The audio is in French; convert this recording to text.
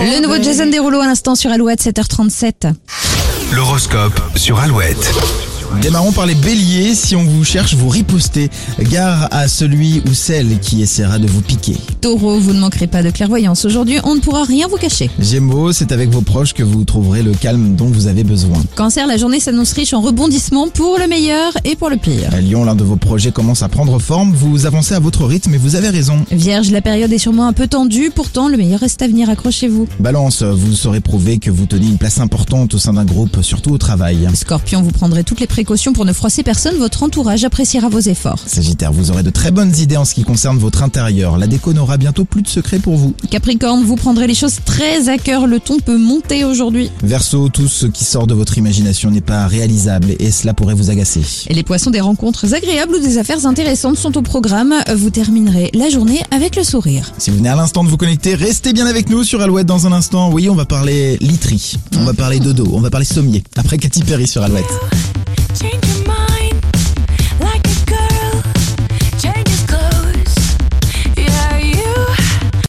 Eh Le ben nouveau Jason Derulo à l'instant sur Alouette 7h37. L'horoscope sur Alouette. Démarrons par les béliers. Si on vous cherche, vous ripostez. Gare à celui ou celle qui essaiera de vous piquer. Taureau, vous ne manquerez pas de clairvoyance. Aujourd'hui, on ne pourra rien vous cacher. Gémeaux, c'est avec vos proches que vous trouverez le calme dont vous avez besoin. Cancer, la journée s'annonce riche en rebondissements pour le meilleur et pour le pire. À Lyon, l'un de vos projets commence à prendre forme. Vous avancez à votre rythme et vous avez raison. Vierge, la période est sûrement un peu tendue, pourtant le meilleur reste à venir, accrochez-vous. Balance, vous saurez prouver que vous tenez une place importante au sein d'un groupe, surtout au travail. Scorpion, vous prendrez toutes les précautions pour ne froisser personne, votre entourage appréciera vos efforts. Sagittaire, vous aurez de très bonnes idées en ce qui concerne votre intérieur. La déco n'aura bientôt plus de secrets pour vous. Capricorne, vous prendrez les choses très à cœur, le ton peut monter aujourd'hui. Verseau, tout ce qui sort de votre imagination n'est pas réalisable et cela pourrait vous agacer. Et les poissons, des rencontres agréables ou des affaires intéressantes sont au programme, vous terminerez la journée avec le sourire. Si vous venez à l'instant de vous connecter, restez bien avec nous sur Alouette dans un instant. Oui, on va parler literie, on va parler dodo, on va parler sommier. Après Katy Perry sur Alouette.